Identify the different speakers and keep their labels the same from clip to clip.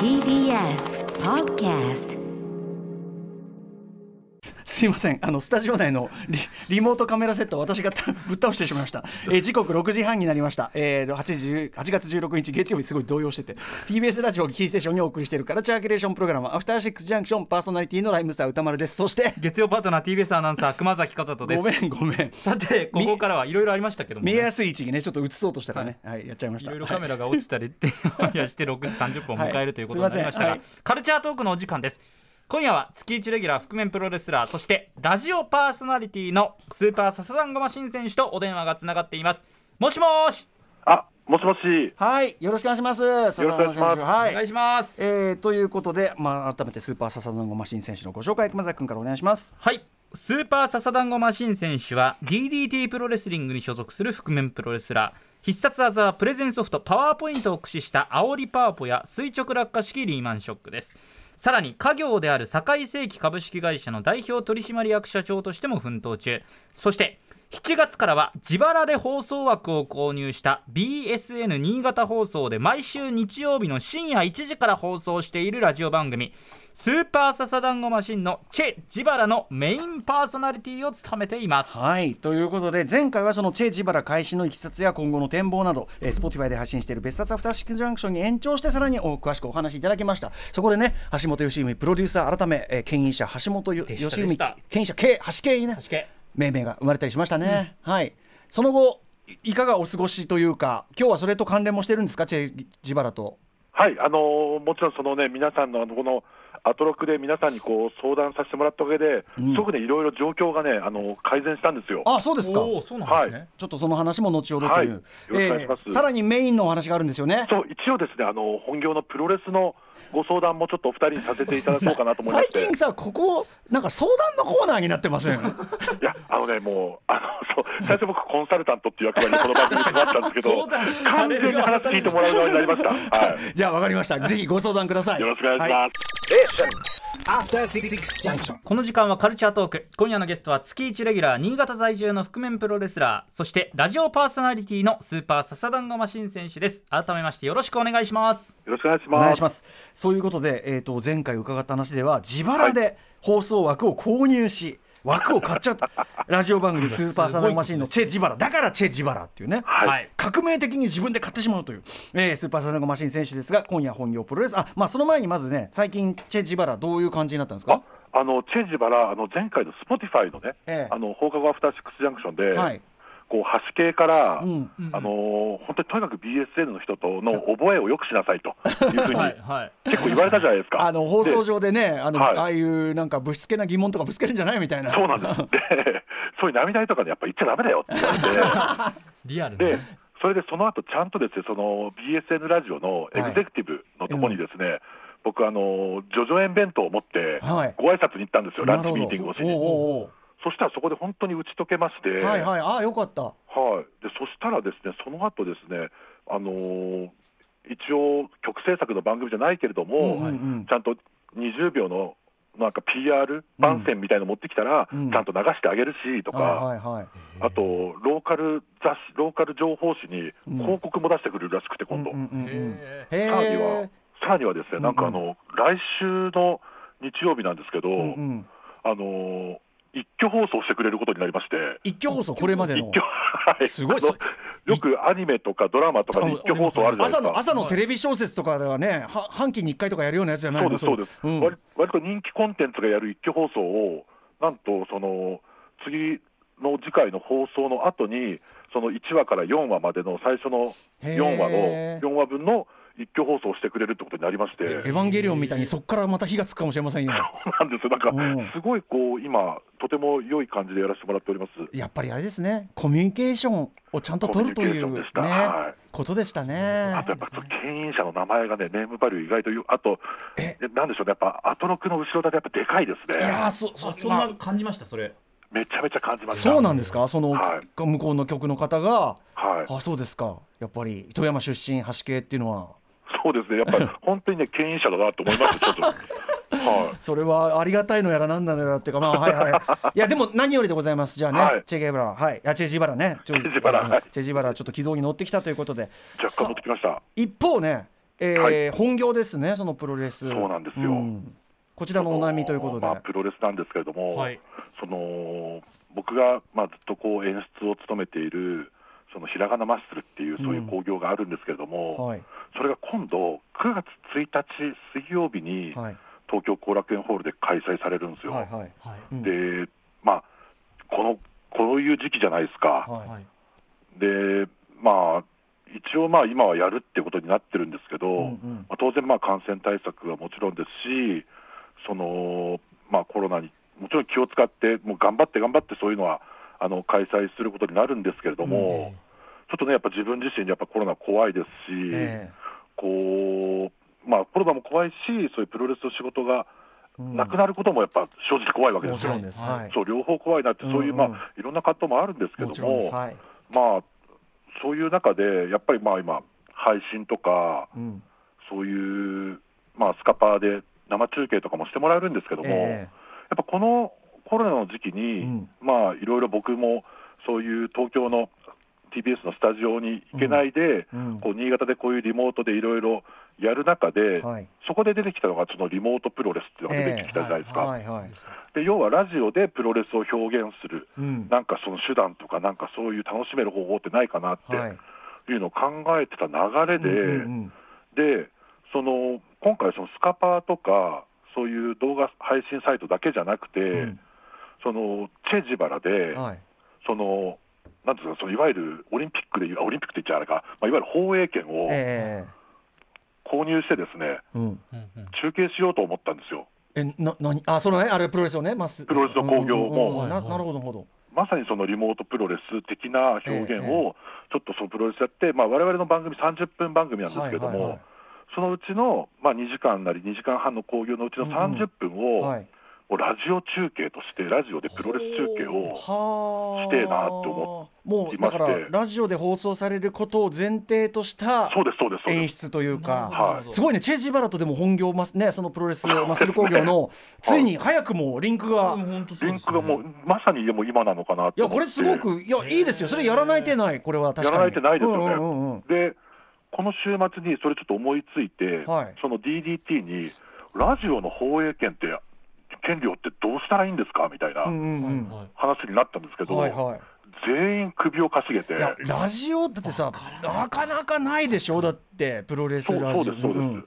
Speaker 1: TBS Podcast
Speaker 2: すいませんあのスタジオ内のリリモートカメラセットを私が ぶっ倒してしまいました、えー時刻6時半になりました、えー、8, 時8月16日月曜日すごい動揺してて TBS ラジオをキーステーションにお送りしているカルチャーキュレーションプログラム「アフターシックスジャンクション」パーソナリティのライムスター歌丸ですそして
Speaker 3: 月曜パートナー TBS アナウンサー熊崎和人です
Speaker 2: ごめんごめん
Speaker 3: さてここからはいろいろありましたけどもね、
Speaker 2: 見えやすい位置にねちょっと映そうとしたらね、はいやっちゃいまし
Speaker 3: い
Speaker 2: た
Speaker 3: ろいろカメラが落ちたりって いやして6時30分を迎えるということになりました
Speaker 2: はい
Speaker 3: が
Speaker 2: すいま
Speaker 3: カルチャートークのお時間です今夜は月1レギュラー覆面プロレスラーそしてラジオパーソナリティのスーパーササダンゴマシン選手とお電話がつながっていますもしもーし
Speaker 4: あ、もしもし。
Speaker 2: はい、はい、よろしくお願いしますよろし
Speaker 4: よろしくお願いします
Speaker 2: は
Speaker 3: お願い
Speaker 2: い
Speaker 3: します
Speaker 2: えー、ということで、まあ、改めてスーパーササノンゴマシン選手のご紹介熊崎君からお願いします
Speaker 3: はいスーパーササダンゴマシン選手は DDT プロレスリングに所属する覆面プロレスラー必殺技はプレゼンソフトパワーポイントを駆使した煽りパワポや垂直落下式リーマンショックですさらに家業である堺世紀株式会社の代表取締役社長としても奮闘中そして7月からは自腹で放送枠を購入した BSN 新潟放送で毎週日曜日の深夜1時から放送しているラジオ番組「スーパーササダンゴマシン」のチェ・ジバラのメインパーソナリティを務めています。
Speaker 2: はいということで前回はそのチェ・ジバラ開始のいきさつや今後の展望など、えー、Spotify で配信している「別冊アフターシックスジャンクション」に延長してさらにお詳しくお話しいただきましたそこでね橋本良文プロデューサー改め、えー、権威者橋本よ
Speaker 3: で
Speaker 2: 良
Speaker 3: した
Speaker 2: 文
Speaker 3: でした
Speaker 2: 権威者 K 橋 K にね
Speaker 3: 確かに
Speaker 2: 命名が生まれたりしましたね、はいその後いいかがお過ごしというか今日はそれと関連もしてるんですかチェ・ジバラと
Speaker 4: はい、あのーもちろんそのね、皆さんのあのこのアトロクで皆さんにこう相談させてもらったおかげで、
Speaker 2: うん
Speaker 4: すごくね、いろいろ状況がね、あのー改善したんですよ。
Speaker 2: あそうですか
Speaker 3: おーそうなんですね、
Speaker 4: は
Speaker 2: ちょっとその話も後ほどという、
Speaker 4: はいよろしくお願いします
Speaker 2: さらにメインのお話があるんですよね
Speaker 4: そう一応ですね、あのー本業のプロレスのご相談もちょっとお二人にさせていただこうかなと思いま
Speaker 2: 最
Speaker 4: して。
Speaker 2: 近さここなんか相談のコーナーになってません
Speaker 4: いや、あのね、もう、あの、そう、最初僕コンサルタントっていう役割でこの番組に関わったんです けど
Speaker 3: そうだ、
Speaker 4: 完全に話聞いてもらう側になりました。はい。
Speaker 2: じゃあわかりましたぜひご相談ください
Speaker 4: よろしくお願いします。
Speaker 2: は
Speaker 3: この時間はカルチャートーク今夜のゲストは月1レギュラー新潟在住の覆面プロレスラーそしてラジオパーソナリティのスーパーササダンゴマシン選手です改めましてよろしくお願いします
Speaker 4: よろしくお願いし
Speaker 2: お願
Speaker 4: ま
Speaker 2: いし
Speaker 4: す。
Speaker 2: ますそういうことで、えー、と前回伺った話では自腹で放送枠を購入し、枠を買っちゃった ラジオ番組「スーパーサナマシーン」のチェ・ジバラだからチェ・ジバラっていうね、
Speaker 4: はい
Speaker 2: 革命的に自分で買ってしまうという、えースーパーサナマシーン選手ですが今夜本業プロレスあまあその前にまずね最近チェ・ジバラどういう感じになったんですか
Speaker 4: ああのチェジバラ、あの前回の Spotify のね、
Speaker 2: ええ
Speaker 4: あの放課後アフターシックスジャンクションで、
Speaker 2: はい
Speaker 4: こう橋系から、
Speaker 2: うん
Speaker 3: うん
Speaker 4: あのー本当にとにかく BSN の人との覚えをよくしなさいという ふうに、
Speaker 3: はいはい
Speaker 4: 結構言われたじゃないですか。
Speaker 2: あの放送上でねあの、
Speaker 4: はい
Speaker 2: ああいうなんかぶしつけな疑問とかぶつけるんじゃないみたいな
Speaker 4: でそうなんです。 で、そういう涙とかね、やっぱ言っちゃだめだよって言わ
Speaker 3: リアル
Speaker 4: れて、で、それでその後ちゃんとですね、その BSN ラジオのエグゼクティブのところにですね、僕、あのー、ジョジョ園弁当を持って、
Speaker 2: はい
Speaker 4: ご挨拶に行ったんですよ、
Speaker 2: なる
Speaker 4: ランチ
Speaker 2: ほど
Speaker 4: ミーティングをし
Speaker 2: おう
Speaker 4: に。
Speaker 2: おう
Speaker 4: そしたらそこで本当に打ち解けまして、
Speaker 2: おうはいはいああよかった
Speaker 4: はい、でそしたらですね、その後ですね、あのー一応、曲制作の番組じゃないけれども、
Speaker 2: うんうんうん
Speaker 4: ちゃんと20秒のなんか PR 番宣みたいの持ってきたら、
Speaker 2: うん
Speaker 4: ちゃんと流してあげるしとか、
Speaker 2: はいはいはい
Speaker 4: あとローカル雑誌、ローカル情報誌に
Speaker 2: うん
Speaker 4: 広告も出してくれるらしくて、今度、
Speaker 2: うんうんうんうん
Speaker 3: へ
Speaker 2: へ
Speaker 4: さらには
Speaker 2: え、
Speaker 4: さらにはですね、なんかあの、来週の日曜日なんですけど、
Speaker 2: うんうん、
Speaker 4: あのー一挙放送してくれることになりまして。
Speaker 2: 一挙放送これまで
Speaker 4: 一
Speaker 2: の
Speaker 4: 挙はい
Speaker 2: すごい
Speaker 4: あのよくアニメとかドラマとかで一挙放送あるじゃないです
Speaker 2: 朝
Speaker 4: か。
Speaker 2: の朝のテレビ小説とかではねは半期に1回とかやるようなやつじゃない
Speaker 4: そ
Speaker 2: の
Speaker 4: うです、そうです、
Speaker 2: ん
Speaker 4: 割割と人気コンテンツがやる一挙放送を、なんとその次の次回の放送の後に、その1話から4話までの最初の
Speaker 2: へー
Speaker 4: 4話の、4話分の一挙放送をしてくれるってことになりまして、
Speaker 2: エヴァンゲリオンみたいにそこからまた火がつくかもしれませんよ
Speaker 4: そうなんですよ、なんか
Speaker 2: うん
Speaker 4: すごいこう、今、とても良い感じでやらせてもらっております。
Speaker 2: やっぱりあれですねコミュニケーションをちゃんと取るとい
Speaker 4: コ
Speaker 2: う
Speaker 4: ミュニケーション
Speaker 2: ね
Speaker 4: でしたはい
Speaker 2: ことでしたね
Speaker 4: あとやっぱそう牽引者の名前がね、ネームバリュー意外とよ、あと、なんでしょうね、やっぱアトロクの後ろ盾、やっぱでかいです
Speaker 2: いや
Speaker 4: ね、
Speaker 2: ーそそ
Speaker 3: あ
Speaker 2: そ
Speaker 3: そ
Speaker 2: ん
Speaker 3: ん
Speaker 2: な
Speaker 3: な感じましたそれ
Speaker 4: めちゃめちゃ感じました。
Speaker 2: そうなんですかその、
Speaker 4: は
Speaker 2: 向こうの局の方が
Speaker 4: はい、
Speaker 2: あそうですかやっぱり富山出身橋系っていうのは
Speaker 4: そうですね、やっぱり 本当にね、牽引者だなと思いました、ちょっと。はい
Speaker 2: それはありがたいのやらなんなのやらっていうかまあはい はいいやでも何よりでございますじゃあね、
Speaker 4: はい
Speaker 2: チェ・ゲバラはいいやチェ・ジバラねチ
Speaker 4: ェジバラはい
Speaker 2: チェ・ジバラちょっと軌道に乗ってきたということで
Speaker 4: 若干持ってきました。
Speaker 2: 一方ねえー
Speaker 4: は
Speaker 2: 本業ですね、そのプロレス。そう
Speaker 4: なんですよ
Speaker 2: こちらのお悩みということで。
Speaker 4: まあ、プロレスなんですけれども、
Speaker 3: はい
Speaker 4: その僕が、まあ、ずっとこう演出を務めている、そのひらがなマッスルっていう、そういう興行があるんですけれども、
Speaker 2: はい。
Speaker 4: それが今度、9月1日水曜日に、
Speaker 2: はい。
Speaker 4: 東京後楽園ホールで開催されるんですよ。
Speaker 2: はい。はい。
Speaker 3: はい
Speaker 2: うん
Speaker 4: で、まあ、このこういう時期じゃないですか、
Speaker 2: はい
Speaker 3: はい
Speaker 4: でまあ、一応、まあ今はやるってことになってるんですけど、
Speaker 2: んうん
Speaker 4: まあ、当然、まあ感染対策はもちろんですし、そのまあ、コロナにもちろん気を使って、もう頑張って頑張って、そういうのはあの開催することになるんですけれど
Speaker 2: う
Speaker 4: も、ちょっとね、やっぱ自分自身、やっぱコロナ怖いですし。
Speaker 2: え
Speaker 4: こうまあ、コロナも怖いし、そういうプロレスの仕事が
Speaker 2: え
Speaker 4: なくなることもやっぱ正直怖いわけで
Speaker 2: も
Speaker 4: す
Speaker 2: ち
Speaker 4: よ、
Speaker 2: ろんです。
Speaker 3: はい
Speaker 2: はい。
Speaker 4: そう両方怖いなって、そういう、
Speaker 2: うん
Speaker 4: ま
Speaker 2: うん
Speaker 4: あ、いろんな葛藤もあるんですけ
Speaker 2: も
Speaker 4: ど
Speaker 2: ちろんです。
Speaker 4: も、
Speaker 2: はい。
Speaker 4: まあ、そういう中で、やっぱりまあ今、配信とか、
Speaker 2: うん。
Speaker 4: そういう、まあ、スカパーで生中継とかもしてもらえるんですけども、やっ
Speaker 2: え
Speaker 4: ぱこのコロナの時期に、
Speaker 2: うん
Speaker 4: まあ、いろいろ僕もそういう東京の TBS のスタジオに行けないで、
Speaker 2: うんうん
Speaker 4: こう新潟でこういうリモートでいろいろやる中で、
Speaker 2: はい
Speaker 4: そこで出てきたのが、そのリモートプロレスっていうのが出てきたじゃないです
Speaker 2: え
Speaker 4: か。
Speaker 2: はい。はい。
Speaker 4: で要はラジオでプロレスを表現する、
Speaker 2: うん。
Speaker 4: なんかその手段とか、なんかそういう楽しめる方法ってないかなって
Speaker 2: はい
Speaker 4: いうのを考えてた流れで、
Speaker 2: うん
Speaker 4: でその今回、そのスカパーとか、そういう動画配信サイトだけじゃなくて、
Speaker 2: うんうん
Speaker 4: そのチェ・ジバラ
Speaker 2: うん。
Speaker 4: で、
Speaker 2: はい。
Speaker 4: そのなんていうんですか、そのいわゆるオリンピックでいう、あオリンピックって言っちゃあれか、まあ、いわゆる放映権を
Speaker 2: え
Speaker 4: 購入して、ですね
Speaker 2: え。うん。
Speaker 3: うんうん
Speaker 4: 中継しようと思ったんですよ。
Speaker 2: え、な、なに、あ、そのね、あれプロレスをね、まあす。
Speaker 4: プロレスの興行も
Speaker 2: うんうんうんな、
Speaker 3: はいはい
Speaker 2: なるほど、なるほど。
Speaker 4: まさにそのリモートプロレス的な表現
Speaker 2: え
Speaker 4: を、ちょっとそのプロレスやって、まあ我々の番組、30分番組なんですけど
Speaker 2: はいはいはい
Speaker 4: も、そのうちの、まあ、2時間なり2時間半の興行のうちの
Speaker 2: うんうん
Speaker 4: 30分を、
Speaker 2: はい。
Speaker 4: もうラジオ中継として、ラジオでプロレス中継
Speaker 2: は
Speaker 4: を、
Speaker 2: あ。
Speaker 4: してえなって思
Speaker 2: もうだから
Speaker 4: いまして
Speaker 2: ラジオで放送されることを前提とした
Speaker 4: そうです、そうです、そうで
Speaker 2: 演
Speaker 4: す。
Speaker 2: 出という
Speaker 3: なるほ
Speaker 2: か。
Speaker 3: どなるほど
Speaker 2: すごいね、チェ・ジバラとでも本業ますね、そのプロレスマッスル工業の、ついに早くもリンクが、
Speaker 3: うん
Speaker 2: い
Speaker 3: 本当そう
Speaker 4: リ
Speaker 3: で
Speaker 4: ン
Speaker 3: す
Speaker 4: クがもう、まさにでも今なのかなと思って。
Speaker 2: や、これすごく、いや、いいですよ、それやらない手ない、これは確かに。
Speaker 4: やらない手ないですよね
Speaker 2: うんうんうんうん
Speaker 4: で、この週末にそれちょっと思いついて、
Speaker 2: はい
Speaker 4: その DDT に、ラジオの放映権って、権利をってどうしたらいいんですかみたいな
Speaker 2: うんうん
Speaker 3: はい
Speaker 4: 話になったんですけ
Speaker 2: う
Speaker 4: ど、
Speaker 2: んはいはい。
Speaker 4: 全員首をかしげて
Speaker 2: い、やラジオだってさなかなかないでしょだってプロレス
Speaker 4: そう
Speaker 2: ラ
Speaker 4: そう
Speaker 2: ジオ
Speaker 4: です、そうです。
Speaker 2: ん
Speaker 4: で、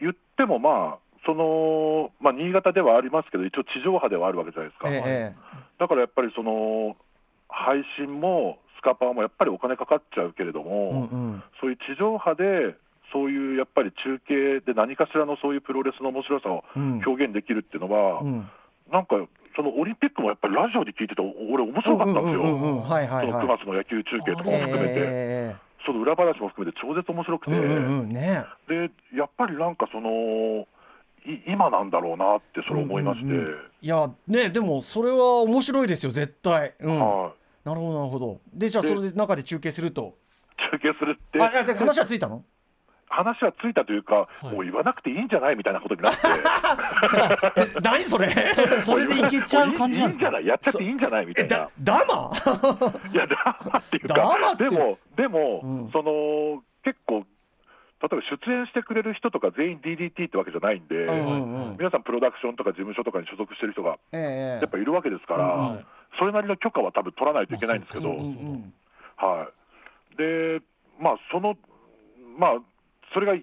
Speaker 4: 言ってもまあ、そのまあ、新潟ではありますけど、一応、地上波ではあるわけじゃないですか、
Speaker 2: ええ
Speaker 4: だからやっぱりその配信もスカパーもやっぱりお金かかっちゃうけれども、
Speaker 2: うんうん
Speaker 4: そういう地上波で、そういうやっぱり中継で何かしらのそういうプロレスの面白さを
Speaker 2: うん
Speaker 4: 表現できるっていうのは、
Speaker 2: うん
Speaker 4: なんか、そのオリンピックもやっぱりラジオで聞いてて、お俺、面白かったんですよ、
Speaker 2: うんうんうんうんはいはいはい
Speaker 4: その9月の野球中継とかも含めて、
Speaker 2: え
Speaker 4: その裏話も含めて、超絶面白く
Speaker 2: え
Speaker 4: て。
Speaker 2: うんうんうんね
Speaker 4: でやっぱりなんかそのい今なんだろうなってそれ思いまして、
Speaker 2: うんうんうんいやねでもそれは面白いですよ絶対うん
Speaker 4: は
Speaker 2: なるほどなるほどでじゃあそ
Speaker 4: で
Speaker 2: れで中で中継すると
Speaker 4: い、中継するっ
Speaker 2: あ
Speaker 4: て
Speaker 2: いやじゃあ話はついたの
Speaker 4: 話はついたというか、
Speaker 3: い
Speaker 4: もう言わなくていいんじゃないみたいなことになって
Speaker 2: え 何 それ
Speaker 3: それでいけちゃう感じなんで
Speaker 4: もういいいいん
Speaker 3: す
Speaker 4: じゃ
Speaker 3: か
Speaker 4: ないやっちゃっていいんじゃないみた
Speaker 2: え
Speaker 4: いな
Speaker 2: だダマ
Speaker 4: いやだまっていう
Speaker 2: だま
Speaker 4: か
Speaker 2: っていう
Speaker 4: でもでも、
Speaker 2: うん
Speaker 4: その結構例えば出演してくれる人とか全員 DDT ってわけじゃないんで、
Speaker 2: うんうんうん
Speaker 4: 皆さんプロダクションとか事務所とかに所属してる人が
Speaker 2: え
Speaker 4: やっぱいるわけですから、
Speaker 2: うん
Speaker 3: うん
Speaker 4: それなりの許可は多分取らないといけないんですけど、
Speaker 2: うんうん
Speaker 4: はい、で、まあ、その、まあ、それが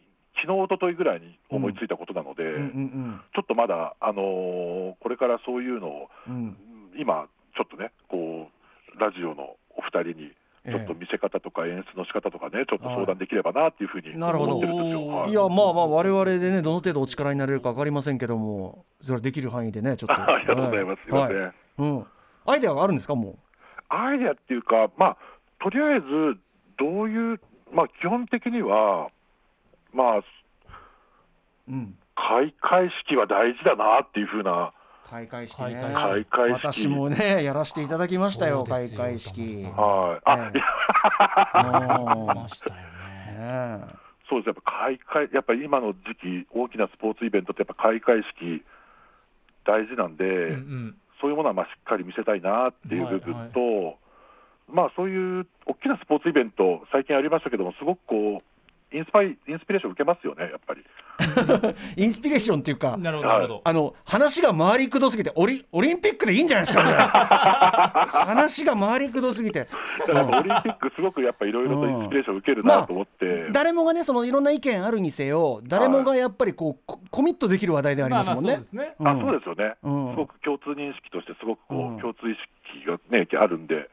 Speaker 4: 昨日一昨日ぐらいに思いついたことなので、
Speaker 2: うんうん
Speaker 4: ちょっとまだ、あのーこれからそういうのを、
Speaker 2: うんうん
Speaker 4: 今、ちょっとね、こうラジオのお二人に、
Speaker 2: ええ
Speaker 4: ちょっと見せ方とか演出の仕方とかね、ちょっと相談できればなっていうふうに
Speaker 2: なるほど
Speaker 4: 思ってるんですよ。はい
Speaker 2: いやまあまあ我々でねどの程度お力になれるか分かりませんけどもそれはできる範囲でねちょっと
Speaker 4: ありがとうございます。すいま
Speaker 2: は
Speaker 4: せん
Speaker 2: はうんアイデアがあるんですかも
Speaker 4: アイデアっていうか、まあ、とりあえず、どういう、まあ、基本的には、まあ、
Speaker 2: ううん
Speaker 4: 開会式は大事だなっていうふうな、
Speaker 2: 開会式ね
Speaker 3: 開
Speaker 4: 会式開会式
Speaker 2: 私もねやらせていただきましたよ
Speaker 3: そう
Speaker 2: 開
Speaker 3: ですよ
Speaker 2: 会式
Speaker 3: 玉
Speaker 4: はい、あ、
Speaker 2: ええ
Speaker 4: い や
Speaker 3: ましたよ
Speaker 2: うん
Speaker 3: ね
Speaker 2: ねえ
Speaker 4: そうです、やっぱ開会、やっぱり今の時期、大きなスポーツイベントって、やっぱ開会式、大事なんで、
Speaker 3: うんうん
Speaker 4: そういうものはまあしっかり見せたいなっていう部分と、まあそういう大きなスポーツイベント、最近ありましたけども、すごくこう、インスパイインスピレーション受けますよね、やっぱり。
Speaker 2: インスピレーションっていうか、
Speaker 3: なるほどなるほど
Speaker 2: あの話が回りくどすぎてオリ、オリンピックでいいんじゃないですか、これ話が回りくどすぎて、
Speaker 4: だからオリンピック、すごくやっぱいろいろとインスピレーション受けるなと思って、
Speaker 2: 誰もがね、そのいろんな意見あるにせよ、誰もがやっぱりこうココミットできる話題ではありますもん
Speaker 3: まあまあ
Speaker 2: ね
Speaker 3: そうで。すね
Speaker 2: うん
Speaker 4: あそうですよね、
Speaker 2: うん
Speaker 4: すごく共通認識として、すごくこう、
Speaker 2: うん
Speaker 4: 共通意識が、ね、あるんで、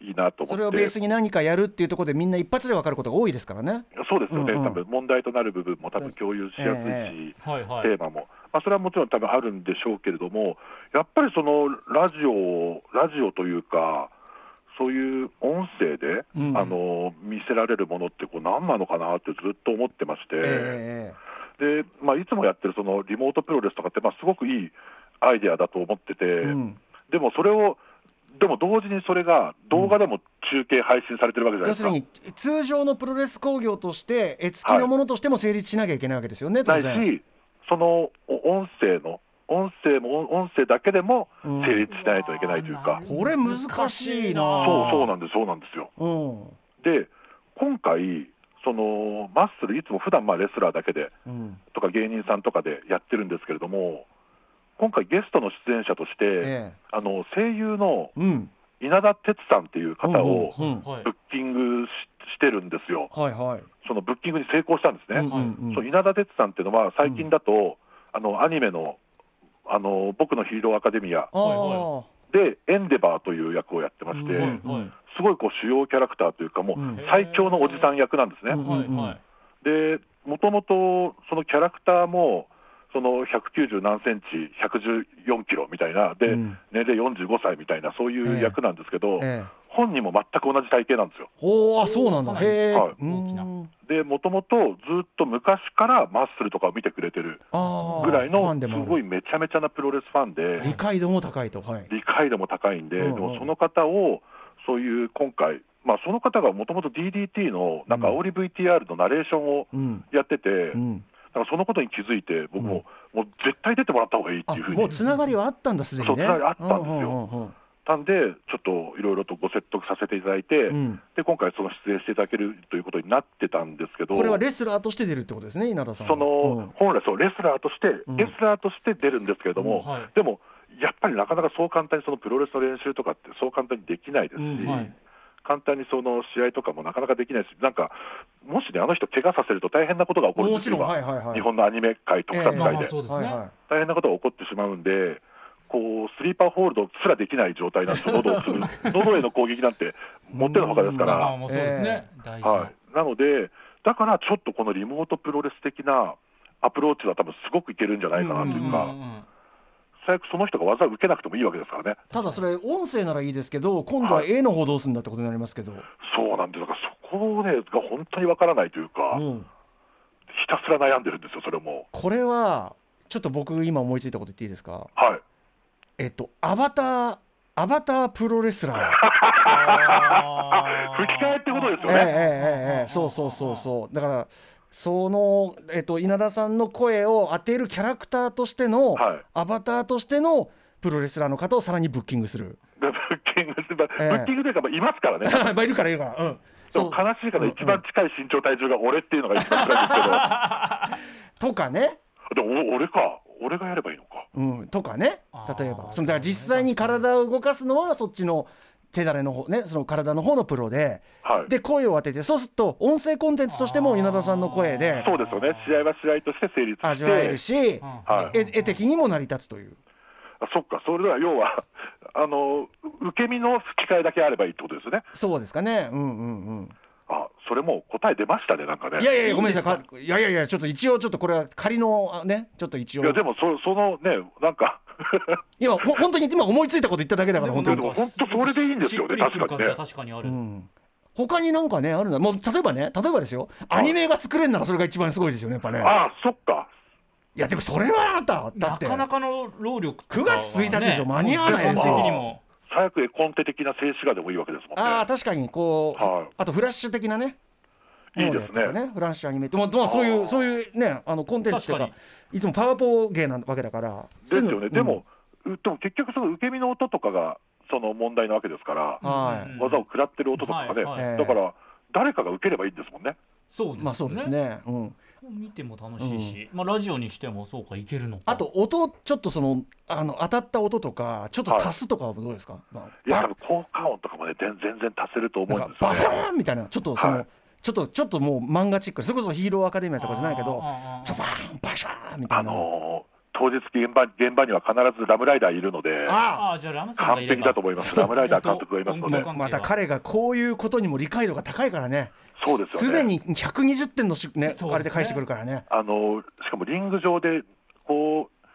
Speaker 4: いいなと思って、
Speaker 2: それをベースに何かやるっていうところでみんな一発で分かることが多いですからね。
Speaker 4: そうですよね、
Speaker 2: うんうん
Speaker 4: 多分問題となる部分も多分共有しやすいし、
Speaker 3: はいはい
Speaker 4: テーマも、まあ、それはもちろん多分あるんでしょうけれども、やっぱりそのラジオ、ラジオというか、そういう音声で、
Speaker 2: うん
Speaker 4: あの見せられるものってこう何なのかなってずっと思ってまして。
Speaker 2: ええ
Speaker 4: で、まあ、いつもやってるそのリモートプロレスとかって、まあ、すごくいいアイデアだと思ってて、
Speaker 2: うん
Speaker 4: でもそれを、でも同時にそれが動画でも中継配信されてるわけじゃ
Speaker 2: 要
Speaker 4: ないですす
Speaker 2: る
Speaker 4: か。
Speaker 2: に通常のプロレス興行として絵付きのものとしても成立しなきゃいけないわけですよね、当
Speaker 4: な
Speaker 2: 然。
Speaker 4: いし、そのお音声の、音声も音声だけでも
Speaker 2: うん
Speaker 4: 成立しないといけないというか、
Speaker 2: これ難しいな
Speaker 4: そうそ
Speaker 2: な
Speaker 4: うなんです、そうなんですよ。
Speaker 2: うん
Speaker 4: で、今回、そのマッスル、いつも普段まあレスラーだけで
Speaker 2: うん
Speaker 4: とか芸人さんとかでやってるんですけれども、今回、ゲストの出演者として、
Speaker 2: え
Speaker 4: あの声優の
Speaker 2: えうん
Speaker 4: 稲田哲さんっていう方を
Speaker 2: うんうん
Speaker 3: はい
Speaker 4: ブッキングししてるんですよ、
Speaker 2: はいはい
Speaker 4: そのブッキングに成功したんですね、
Speaker 2: うんうんうん
Speaker 4: そう稲田哲さんっていうのは、最近だと、あのアニメのあの「僕のヒーローアカデミア
Speaker 2: ああ
Speaker 3: は
Speaker 4: で」エンデバーという役をやってまして、
Speaker 2: うん
Speaker 3: はいはい
Speaker 4: すごいこう主要キャラクターというか、も
Speaker 2: うん
Speaker 4: う最強のおじさん役なんですね。
Speaker 2: うん
Speaker 3: はいはい
Speaker 4: でもともとそのキャラクターもその190何センチ、114キロみたいな、で、
Speaker 2: うん
Speaker 4: 年齢45歳みたいな、そうい
Speaker 2: ええ
Speaker 4: う役なんですけど、
Speaker 2: ええ
Speaker 4: 本人も全く同じ体型なんですよ。
Speaker 2: おーあそうなんだ
Speaker 3: かなり
Speaker 2: へえ
Speaker 4: はい
Speaker 2: うん
Speaker 3: 大きな
Speaker 4: で、もともとずっと昔からマッスルとかを見てくれてる
Speaker 2: あー
Speaker 4: ぐらい
Speaker 2: フ
Speaker 4: の、
Speaker 2: ァンですもあ
Speaker 4: ごい
Speaker 2: る
Speaker 4: めちゃめちゃなプロレスファンで、
Speaker 2: 理解度も高いとはい
Speaker 4: 理解度も高いんで、
Speaker 2: うんうん
Speaker 4: でもその方を、そういう今回、まあ、その方がもともと DDT のなんか
Speaker 2: うん
Speaker 4: 煽り VTR のナレーションを
Speaker 2: うん
Speaker 4: やってて、
Speaker 2: うん
Speaker 4: だからそのことに気づいて、僕も、もう絶対出てもらった方がいいって
Speaker 2: あ
Speaker 4: いうふうに
Speaker 2: もう
Speaker 4: 言っ
Speaker 2: つながりはあったんだすでにね
Speaker 4: そうつながりあったんです
Speaker 2: うん
Speaker 4: よ
Speaker 2: うんうん
Speaker 4: たんで、ちょっといろいろとご説得させていただいて、
Speaker 2: うん
Speaker 4: で今回、その出演していただけるということになってたんですけど。
Speaker 2: これはレスラーとして出るってことですね稲田さんは
Speaker 4: その、本来そう、レスラーとして、
Speaker 2: うん
Speaker 4: レスラーとして出るんですけれども、
Speaker 3: うんはい
Speaker 4: でも、やっぱりなかなかそう簡単にそのプロレスの練習とかって、そう簡単にできないですし、
Speaker 2: うん
Speaker 3: はい
Speaker 4: 簡単にその試合とかもなかなかできないし、なんか、もしね、あの人、怪我させると大変なことが起こ
Speaker 2: うん
Speaker 4: るん
Speaker 2: も
Speaker 4: です
Speaker 2: ち
Speaker 4: よ、
Speaker 2: ろん
Speaker 4: 今
Speaker 2: はいはいはい
Speaker 4: 日本のアニメ界、特撮
Speaker 2: ええまあ
Speaker 4: 界
Speaker 2: ま
Speaker 4: で、
Speaker 2: あ
Speaker 3: そうですね
Speaker 2: はいはい
Speaker 4: 大変なことが起こってしまうんで。こうスリーパーホールドすらできない状態なんですよ、喉をつ る喉への攻撃なんて、持ってのほかですか
Speaker 3: まあまあ
Speaker 4: ら、
Speaker 3: もうそうですね大事
Speaker 4: は、
Speaker 3: ない
Speaker 4: なので、だからちょっとこのリモートプロレス的なアプローチは多分すごくいけるんじゃないかなというか、
Speaker 3: うんうんうん
Speaker 4: 最悪その人が技を受けなくてもいいわけですからね、
Speaker 2: ただそれ音声ならいいですけど今度は
Speaker 4: は
Speaker 2: 絵の方どうするんだってことになりますけど、
Speaker 4: そうなんですだからそこをね、が本当にわからないというか、
Speaker 2: うん、
Speaker 4: ひたすら悩んでるんですよ、それも。
Speaker 2: これはちょっと僕今思いついたこと言っていいですか
Speaker 4: はい、
Speaker 2: えっとアバターアバタープロレスラー
Speaker 3: あー
Speaker 4: 吹き替えってことです
Speaker 2: ええ
Speaker 4: よね
Speaker 2: ええええそうそうそうそうだからその、えっと、稲田さんの声を当てるキャラクターとしての、
Speaker 4: はい
Speaker 2: アバターとしてのプロレスラーの方をさらにブッキングする
Speaker 4: でブッキングして、まあ
Speaker 2: ええ
Speaker 4: ブッキングというか、まあいますからね。
Speaker 2: まあいるからいるからうん
Speaker 4: で
Speaker 2: そ
Speaker 4: も
Speaker 2: う
Speaker 4: 悲しいから
Speaker 2: うん
Speaker 4: 一番近い身長体重が俺っていうのが一番辛いんです
Speaker 2: とかね
Speaker 4: け ど、でもお俺か、俺がやればいいのか。
Speaker 2: うん、とかね
Speaker 3: あー
Speaker 2: 例えばそのだから実際に体を動かすのはそっちの手だれの方ねその体の方のプロで、
Speaker 4: はい
Speaker 2: で声を当ててそうすると音声コンテンツとしても稲田さんの声で
Speaker 4: そうですよね、試合は試合として成立して、
Speaker 2: 味わえるし、
Speaker 4: は
Speaker 2: 絵絵的にも成り立つという
Speaker 4: あそっか、それでは要は、あの受け身の吹き替えだけあればいいってことですよね。
Speaker 2: そうですかねうんうんうん
Speaker 4: あそれもう答え出ましたね、なんかね。
Speaker 2: いやいやいやごめんなさいかいやいやいやちょっと一応ちょっとこれは仮のあねちょっと一
Speaker 4: いや
Speaker 2: 応
Speaker 4: でもそ、そのね、なんか、
Speaker 2: 今ほ本当に今思いついたこと言っただけだから
Speaker 3: でも
Speaker 2: 本
Speaker 4: で
Speaker 2: 当
Speaker 3: なん
Speaker 2: に、
Speaker 3: か
Speaker 4: も本当それでいいんですよね
Speaker 3: しっくりくる
Speaker 4: 確かに
Speaker 3: 感
Speaker 4: ね
Speaker 3: じは確かにあ
Speaker 2: う
Speaker 3: る
Speaker 2: ん、他になんかねあるんだもう例えばね例えばですよアニメが作れるならそれが一番すごいですよねやっぱね
Speaker 4: あそっか、
Speaker 2: いやでもそれはあなただ
Speaker 3: な
Speaker 2: って
Speaker 3: かなかの労力とか
Speaker 2: 9
Speaker 3: はね
Speaker 2: 月1日でしょ間に合わない
Speaker 3: も
Speaker 2: で
Speaker 3: う
Speaker 2: すよ
Speaker 3: 時間的にも
Speaker 4: 最悪絵コンテ的な静止画でもいいわけですもんね。
Speaker 2: ああ確かにこう、
Speaker 4: はい
Speaker 2: あとフラッシュ的なね
Speaker 4: いいです
Speaker 2: もの
Speaker 4: ね
Speaker 2: だったらフラッシュアニメって、まあまあ、そうい
Speaker 4: あ
Speaker 2: う
Speaker 4: ー
Speaker 2: そういうねあのコンテンツというか
Speaker 3: 確か
Speaker 2: いつもパワーポー芸なわけだから
Speaker 4: ですよね、
Speaker 2: ぐ
Speaker 4: でも、うでも結局、その受け身の音とかがその問題なわけですから、
Speaker 2: はい
Speaker 3: うん
Speaker 4: 技を食らってる音とかがね、
Speaker 3: はい
Speaker 2: はい
Speaker 4: だから、誰かが受ければいいんですもんね。
Speaker 3: そうですね,、
Speaker 2: まあそうですね、うん、
Speaker 3: 見ても楽しいし、まあ、ラジオにしてもそうかいけるのか
Speaker 2: あと音ちょっとそのあの当たった音とかちょっと足すとかはどうですか、まあ
Speaker 4: いや、多分効果音とかもね、全全然足せると思
Speaker 2: な
Speaker 4: うんん
Speaker 2: か
Speaker 4: ですよ
Speaker 2: バフ
Speaker 4: ね。
Speaker 2: ァーンみたいなちょっとその、
Speaker 4: はい
Speaker 2: ちょっとちょっともう漫画チックなそれこそヒーローアカデミアとかじゃないけど
Speaker 3: あー
Speaker 2: ちょバーンバシャーンみた
Speaker 4: あ
Speaker 2: いな、
Speaker 4: のー当日現場現場には必ずラムライダーいるので、
Speaker 2: あ
Speaker 3: あーじゃあラムさんが
Speaker 4: 完
Speaker 3: いれ
Speaker 4: 璧
Speaker 3: ば
Speaker 4: だと思います、ラムライダー監督がいますの
Speaker 3: 音
Speaker 4: で
Speaker 3: 響、
Speaker 2: また彼がこういうことにも理解度が高いからね
Speaker 4: そうですよね
Speaker 2: 常に120点のし、ね
Speaker 3: そうですね
Speaker 2: あれで返してくるからね
Speaker 4: あのーしかもリング上で、こう、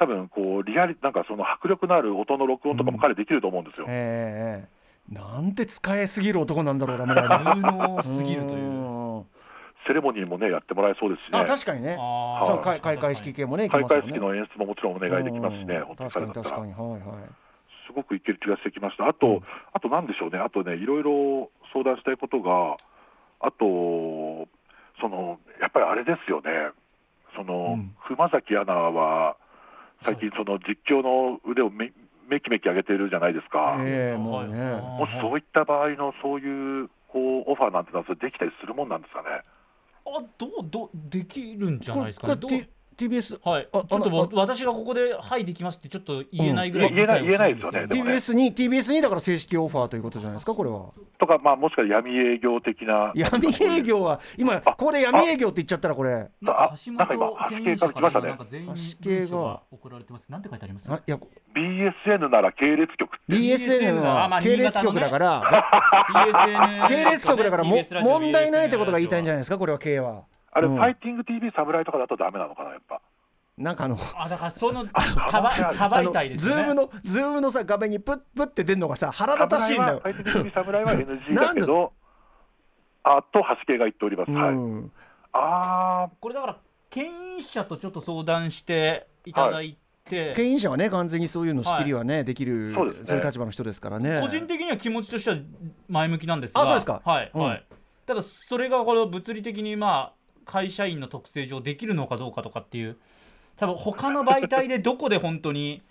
Speaker 4: 多分こうリアリなんかその迫力のある音の録音とかも彼、できると思うんですよ。
Speaker 2: ええなんて使えすぎる男なんだろうラムライダー
Speaker 3: 有能 すぎるという
Speaker 2: う
Speaker 4: セレモニーもね、やってもらえそうですしね
Speaker 2: あ、確かにね
Speaker 3: あー
Speaker 2: そう開開会式系もねいけ
Speaker 4: 開
Speaker 2: ます
Speaker 4: 会
Speaker 2: よね
Speaker 4: 式の演出ももちろんお願いできますしね、
Speaker 2: うん
Speaker 4: 本当に
Speaker 2: 確か
Speaker 4: 彼
Speaker 2: に
Speaker 4: だった、
Speaker 2: 確からにはいはい
Speaker 4: すごくいける気がしてきました、あと、
Speaker 2: うん
Speaker 4: あとなんでしょうね、あとね、いろいろ相談したいことが、あと、そのやっぱりあれですよね、その、
Speaker 2: うん
Speaker 4: 熊崎アナは、最近、その実況の腕をめめきめき上げてるじゃないですか、
Speaker 2: ええもうね
Speaker 4: もしそういった場合のそういうこうオファーなんてのは、それできたりするもんなんですかね。
Speaker 3: あどうどうできるんじゃないですか
Speaker 2: こ
Speaker 3: ね
Speaker 2: れ
Speaker 3: ど
Speaker 2: こ
Speaker 3: う
Speaker 2: れ T- TBS
Speaker 3: はい、ち
Speaker 2: あ
Speaker 3: ょっと
Speaker 2: あ
Speaker 3: わ
Speaker 2: の
Speaker 3: 私がここで「はいできます」ってちょっと言えないぐらい
Speaker 4: うん言えない
Speaker 3: 理解をしてるん
Speaker 4: 言えないですよねでも
Speaker 2: TBS に TBS にだから正式オファーということじゃないですかこれは
Speaker 4: とか、まあ、もしくは闇営業的な。
Speaker 2: 闇営業は今ここで闇営業って言っちゃったらこれ
Speaker 3: なんか橋
Speaker 4: なんか今
Speaker 3: 本健一から今なんか全員
Speaker 2: 橋系が
Speaker 3: 文章が送られてます。なんて書いてあります？
Speaker 2: あいや
Speaker 4: BSN なら系列局
Speaker 2: BSN
Speaker 3: あま
Speaker 2: は
Speaker 3: あ
Speaker 2: 系列局だから、
Speaker 3: PSN
Speaker 2: 系列局だからも問題ないってことが言いたいんじゃ
Speaker 3: な
Speaker 2: な
Speaker 3: い？
Speaker 2: いですかこれは K は
Speaker 4: あれ、
Speaker 2: うん
Speaker 4: ファイティング TV 侍とかだとダメなのかな、やっぱ。
Speaker 2: なんかあ の
Speaker 3: あだからそのかばかば
Speaker 2: あ
Speaker 3: い
Speaker 2: の
Speaker 3: たいです
Speaker 2: ズ
Speaker 3: よね。
Speaker 2: ームのズームのさ画面にプップって出るのがさ腹立たしいんだよ
Speaker 4: 侍はファイティング TV 侍は NG
Speaker 2: な
Speaker 4: だ
Speaker 2: んで
Speaker 4: けど、あと、橋系が言っております。
Speaker 2: う
Speaker 4: はい、
Speaker 2: ん
Speaker 4: あ
Speaker 3: これだから権威者とちょっと相談していただいて、
Speaker 2: 権威者はね完全にそういうの仕切りはね、できる
Speaker 4: そうですね
Speaker 2: そういう立場の人ですからね
Speaker 3: 個人的には気持ちとしては前向きなんですが、
Speaker 2: あそうですか
Speaker 3: はい、
Speaker 2: うん
Speaker 3: はい。ただそれがこの物理的にまあ会社員の特性上できるのかどうかとかっていう、多分他の媒体でどこで本当に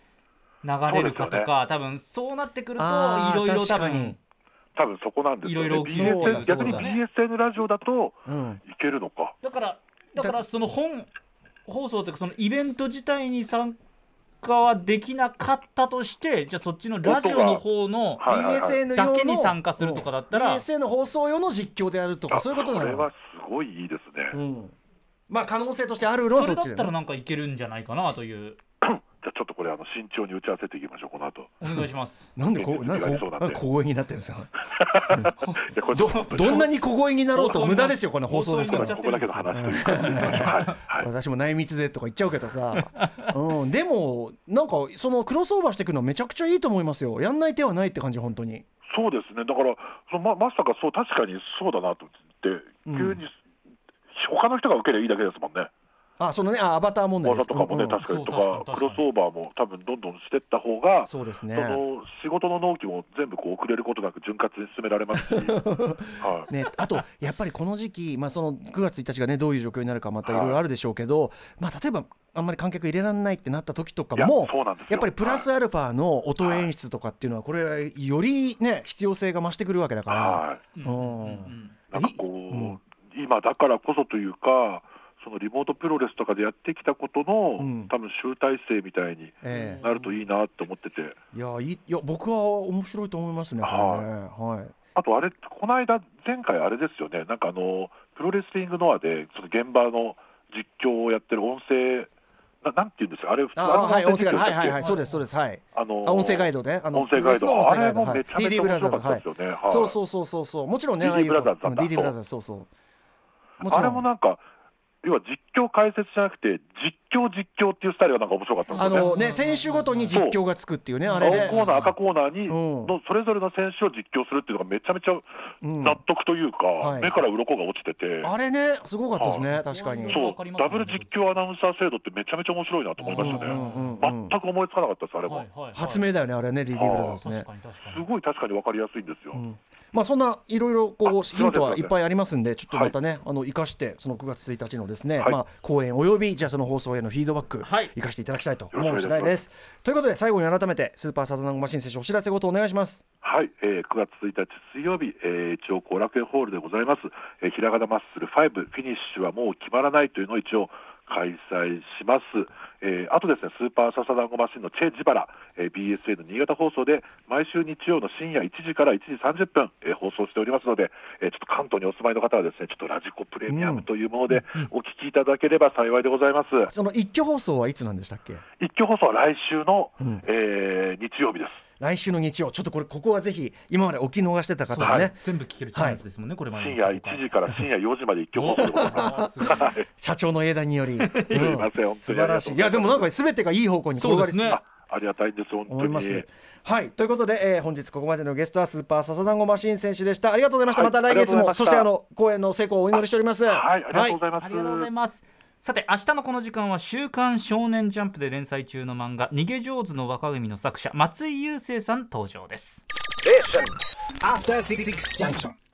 Speaker 3: 流れるかと
Speaker 4: そうです
Speaker 3: か、多分そうなってく るとい
Speaker 2: あー
Speaker 3: ろいろ多
Speaker 2: 確かに
Speaker 3: 分。
Speaker 4: ー、多分そこなんですよね。
Speaker 3: いろいろ
Speaker 4: BSN
Speaker 2: そうだ
Speaker 4: 逆に
Speaker 2: そうだ
Speaker 3: ね
Speaker 4: BSN ラジオだと
Speaker 2: うん
Speaker 4: いけるのか。
Speaker 3: だからだからその本放送というかそのイベント自体に参加はできなかったとしてじゃあそっちのラジオの方の
Speaker 4: はいはいはい
Speaker 2: BSN 用の
Speaker 3: だけに参加するとかだったら
Speaker 2: BSN 放送用の実況でやるとか
Speaker 4: あ
Speaker 2: そういうことな
Speaker 4: それ
Speaker 2: の
Speaker 4: はすごいいいですね。
Speaker 2: うんまあ可能性としてあるのは
Speaker 3: そ
Speaker 2: そっ
Speaker 3: れだ
Speaker 2: ち
Speaker 3: った
Speaker 2: だ
Speaker 3: ら
Speaker 2: よね
Speaker 3: なんかいけるんじゃないかなという
Speaker 4: じゃあ、ちょっとこれ、あの慎重に打ち合わせていきましょう、この後。
Speaker 3: お願いします。
Speaker 2: なんでこうなんでこ
Speaker 4: そうだ
Speaker 2: う
Speaker 4: ね
Speaker 2: なんで公演になってるんですか
Speaker 4: いやこれ
Speaker 2: ど
Speaker 4: こ
Speaker 2: どんなに小声になろうと無駄 ですよこの放送ですか
Speaker 3: 放送になっちゃ
Speaker 2: ら
Speaker 3: う
Speaker 4: こだけの話というか、はいはい
Speaker 2: 私も内密でとか言っちゃうけどさ、うん、でもなんかそのクロスオーバーしていくのめちゃくちゃいいと思いますよやんない手はないって感じ本当に
Speaker 4: そうですね、だから、そのままさかそう、確かにそうだなと思って、
Speaker 2: う
Speaker 4: 急
Speaker 2: ん
Speaker 4: に、他の人が受ければいいだけですもんね。
Speaker 2: あそのねあアバター問題で
Speaker 4: 技
Speaker 2: す
Speaker 4: とかもね、
Speaker 2: うんうん
Speaker 4: 確かにと
Speaker 3: そう確
Speaker 4: か
Speaker 3: かに
Speaker 4: クロスオーバーも多分どんどんしてった方が、
Speaker 2: そうです
Speaker 4: そ
Speaker 2: ね
Speaker 4: の仕事の納期も全部こう遅れることなく潤滑に進められますし、はい、
Speaker 2: ね、あと、やっぱりこの時期、まあ、その9月1日が、ね、どういう状況になるか、またいろいろあるでしょうけど、まあ、例えばあんまり観客入れられないってなった時とか
Speaker 4: い
Speaker 2: も
Speaker 4: やそうなんですよ
Speaker 2: やっぱりプラスアルファの音演出とかっていうのは、これ、より、ね、必要性が増してくるわけだか
Speaker 4: は
Speaker 3: うん
Speaker 2: う
Speaker 3: うん
Speaker 2: ん
Speaker 3: うん
Speaker 4: い、なんかこう、
Speaker 2: うん
Speaker 4: 今だからこそというか、そのリモートプロレスとかでやってきたことの、
Speaker 2: うん
Speaker 4: 多分集大成みたいに
Speaker 2: ら、え
Speaker 4: なるといいなと思ってて、
Speaker 2: えいやいいいや僕は面白いと思いますね、これねはい、
Speaker 4: あとあれ、この間、前回あれですよね、なんかあのプロレスリングノアで、その現場の実況をやってる音声、ななんていうんですか、あれ、普通
Speaker 2: あ
Speaker 4: あの
Speaker 2: あはい、音声
Speaker 4: 実
Speaker 2: ガイド、
Speaker 4: 況だ
Speaker 2: は
Speaker 4: っけ
Speaker 2: いはいはい、そうです、そうです、はい、
Speaker 4: あの
Speaker 2: あ音声ガイドで、あの
Speaker 4: 音声ガイド、
Speaker 2: プ
Speaker 4: あ
Speaker 2: ロレ
Speaker 4: れ
Speaker 2: スの音声ガイド
Speaker 4: もめちゃめ
Speaker 2: DD
Speaker 4: ちゃ
Speaker 2: ブラ
Speaker 4: 面
Speaker 2: ザ
Speaker 4: 白
Speaker 2: ー
Speaker 4: か
Speaker 2: ズ、
Speaker 4: った
Speaker 2: は
Speaker 4: で
Speaker 2: い
Speaker 4: すよね。はい
Speaker 2: そうそうそうそうそう、もちろんね、
Speaker 4: DD
Speaker 2: ああいう
Speaker 4: ブラザーズだ
Speaker 2: うん
Speaker 4: そう
Speaker 2: DD ブラザーズ、そうそう、もち
Speaker 4: あれ
Speaker 2: ろ
Speaker 4: も
Speaker 2: ん。
Speaker 4: なんか、要は実況解説じゃなくて、実況、実況っていうスタイルがなんか面白かったんです
Speaker 2: あ
Speaker 4: よね。
Speaker 2: のね、選手ごとに実況がつくっていうね、あれ
Speaker 4: 青
Speaker 2: で。
Speaker 4: コーナー、赤コーナーに、
Speaker 2: うん
Speaker 4: のそれぞれの選手を実況するっていうのがめちゃめちゃ
Speaker 2: うん
Speaker 4: 納得というか、
Speaker 2: はい
Speaker 4: 目から鱗が落ちてて、
Speaker 2: あれね、すごかったですね、確かに。
Speaker 4: そ
Speaker 3: わ
Speaker 4: う
Speaker 3: かります
Speaker 4: ダブル実況アナウンサー制度ってめちゃめちゃ面白いなと思いましたね、
Speaker 2: うんうんうんうん
Speaker 4: 全く思いつかなかったです、あれも、
Speaker 3: はいはいはい
Speaker 2: 発明だよね、あれね、リリー・ブラザーズね
Speaker 3: 確。かに確か
Speaker 4: す
Speaker 3: に。
Speaker 4: ごい確かに分かりやすいんですよ。
Speaker 2: うんまあそんないろいろこう
Speaker 4: あ
Speaker 2: ヒントはいっぱいありますんで、ちょっと
Speaker 4: はい
Speaker 2: またね、あの生かして、その9月1日ののですね、
Speaker 4: はい
Speaker 2: まあ、講演およびじゃあその放送へのフィードバック、
Speaker 3: はい
Speaker 2: 生かしていただきたいと
Speaker 4: よ
Speaker 2: 思う
Speaker 4: ろし
Speaker 2: 次
Speaker 4: くお
Speaker 2: 第
Speaker 4: 願いします
Speaker 2: です。ということで最後に改めてスーパーサザンゴマシン選手お知らせごとお願いします。
Speaker 4: はい、えー9月1日水曜日、えー一応後楽園ホールでございます、えー、ひらがなマッスル5フィニッシュはもう決まらないというのを一応開催します、えーあとですねスーパーササダンゴマシンのチェ・ジバラ、えー BSN 新潟放送で毎週日曜の深夜1時から1時30分、えー放送しておりますので、えーちょっと関東にお住まいの方はですねちょっとラジコプレミアムというものでお聞きいただければ幸いでございます、
Speaker 2: その一挙放送はいつなんでしたっけ
Speaker 4: 一挙放送は来週の、
Speaker 2: うん
Speaker 4: えー日曜日です
Speaker 2: 来週の日曜ちょっとこれここはぜひ今までおき逃してた方
Speaker 3: そう
Speaker 2: は
Speaker 3: です
Speaker 2: ね、
Speaker 3: ね全部聞けるチャンスですもんね、これまで
Speaker 4: 深
Speaker 3: の
Speaker 4: 夜1時から深夜4時まで一挙放送でございます
Speaker 3: あーすごい
Speaker 2: 社長の英断により、うん
Speaker 4: すいません、本当
Speaker 2: 素
Speaker 4: に
Speaker 2: 晴らしいいやでもなんか全てがいい方向に転がりつつ
Speaker 3: そうですね
Speaker 4: あありがたいんです、本
Speaker 2: 思
Speaker 4: 当
Speaker 2: い
Speaker 4: に。
Speaker 2: ます。はい、ということで、えー本日ここまでのゲストはスーパーササダンゴマシン選手でした。ありがとうございました。
Speaker 4: はい
Speaker 2: また来月
Speaker 4: ありがとう
Speaker 2: も、
Speaker 4: ございました
Speaker 2: そしてあの公演の成功をお祈りしております。
Speaker 4: はい、ありがとうございます。
Speaker 3: ありがとうございます。さて明日のこの時間は「週刊少年ジャンプ」で連載中の漫画「逃げ上手の若君」の作者松井雄生さん登場です。
Speaker 5: After Six Junction.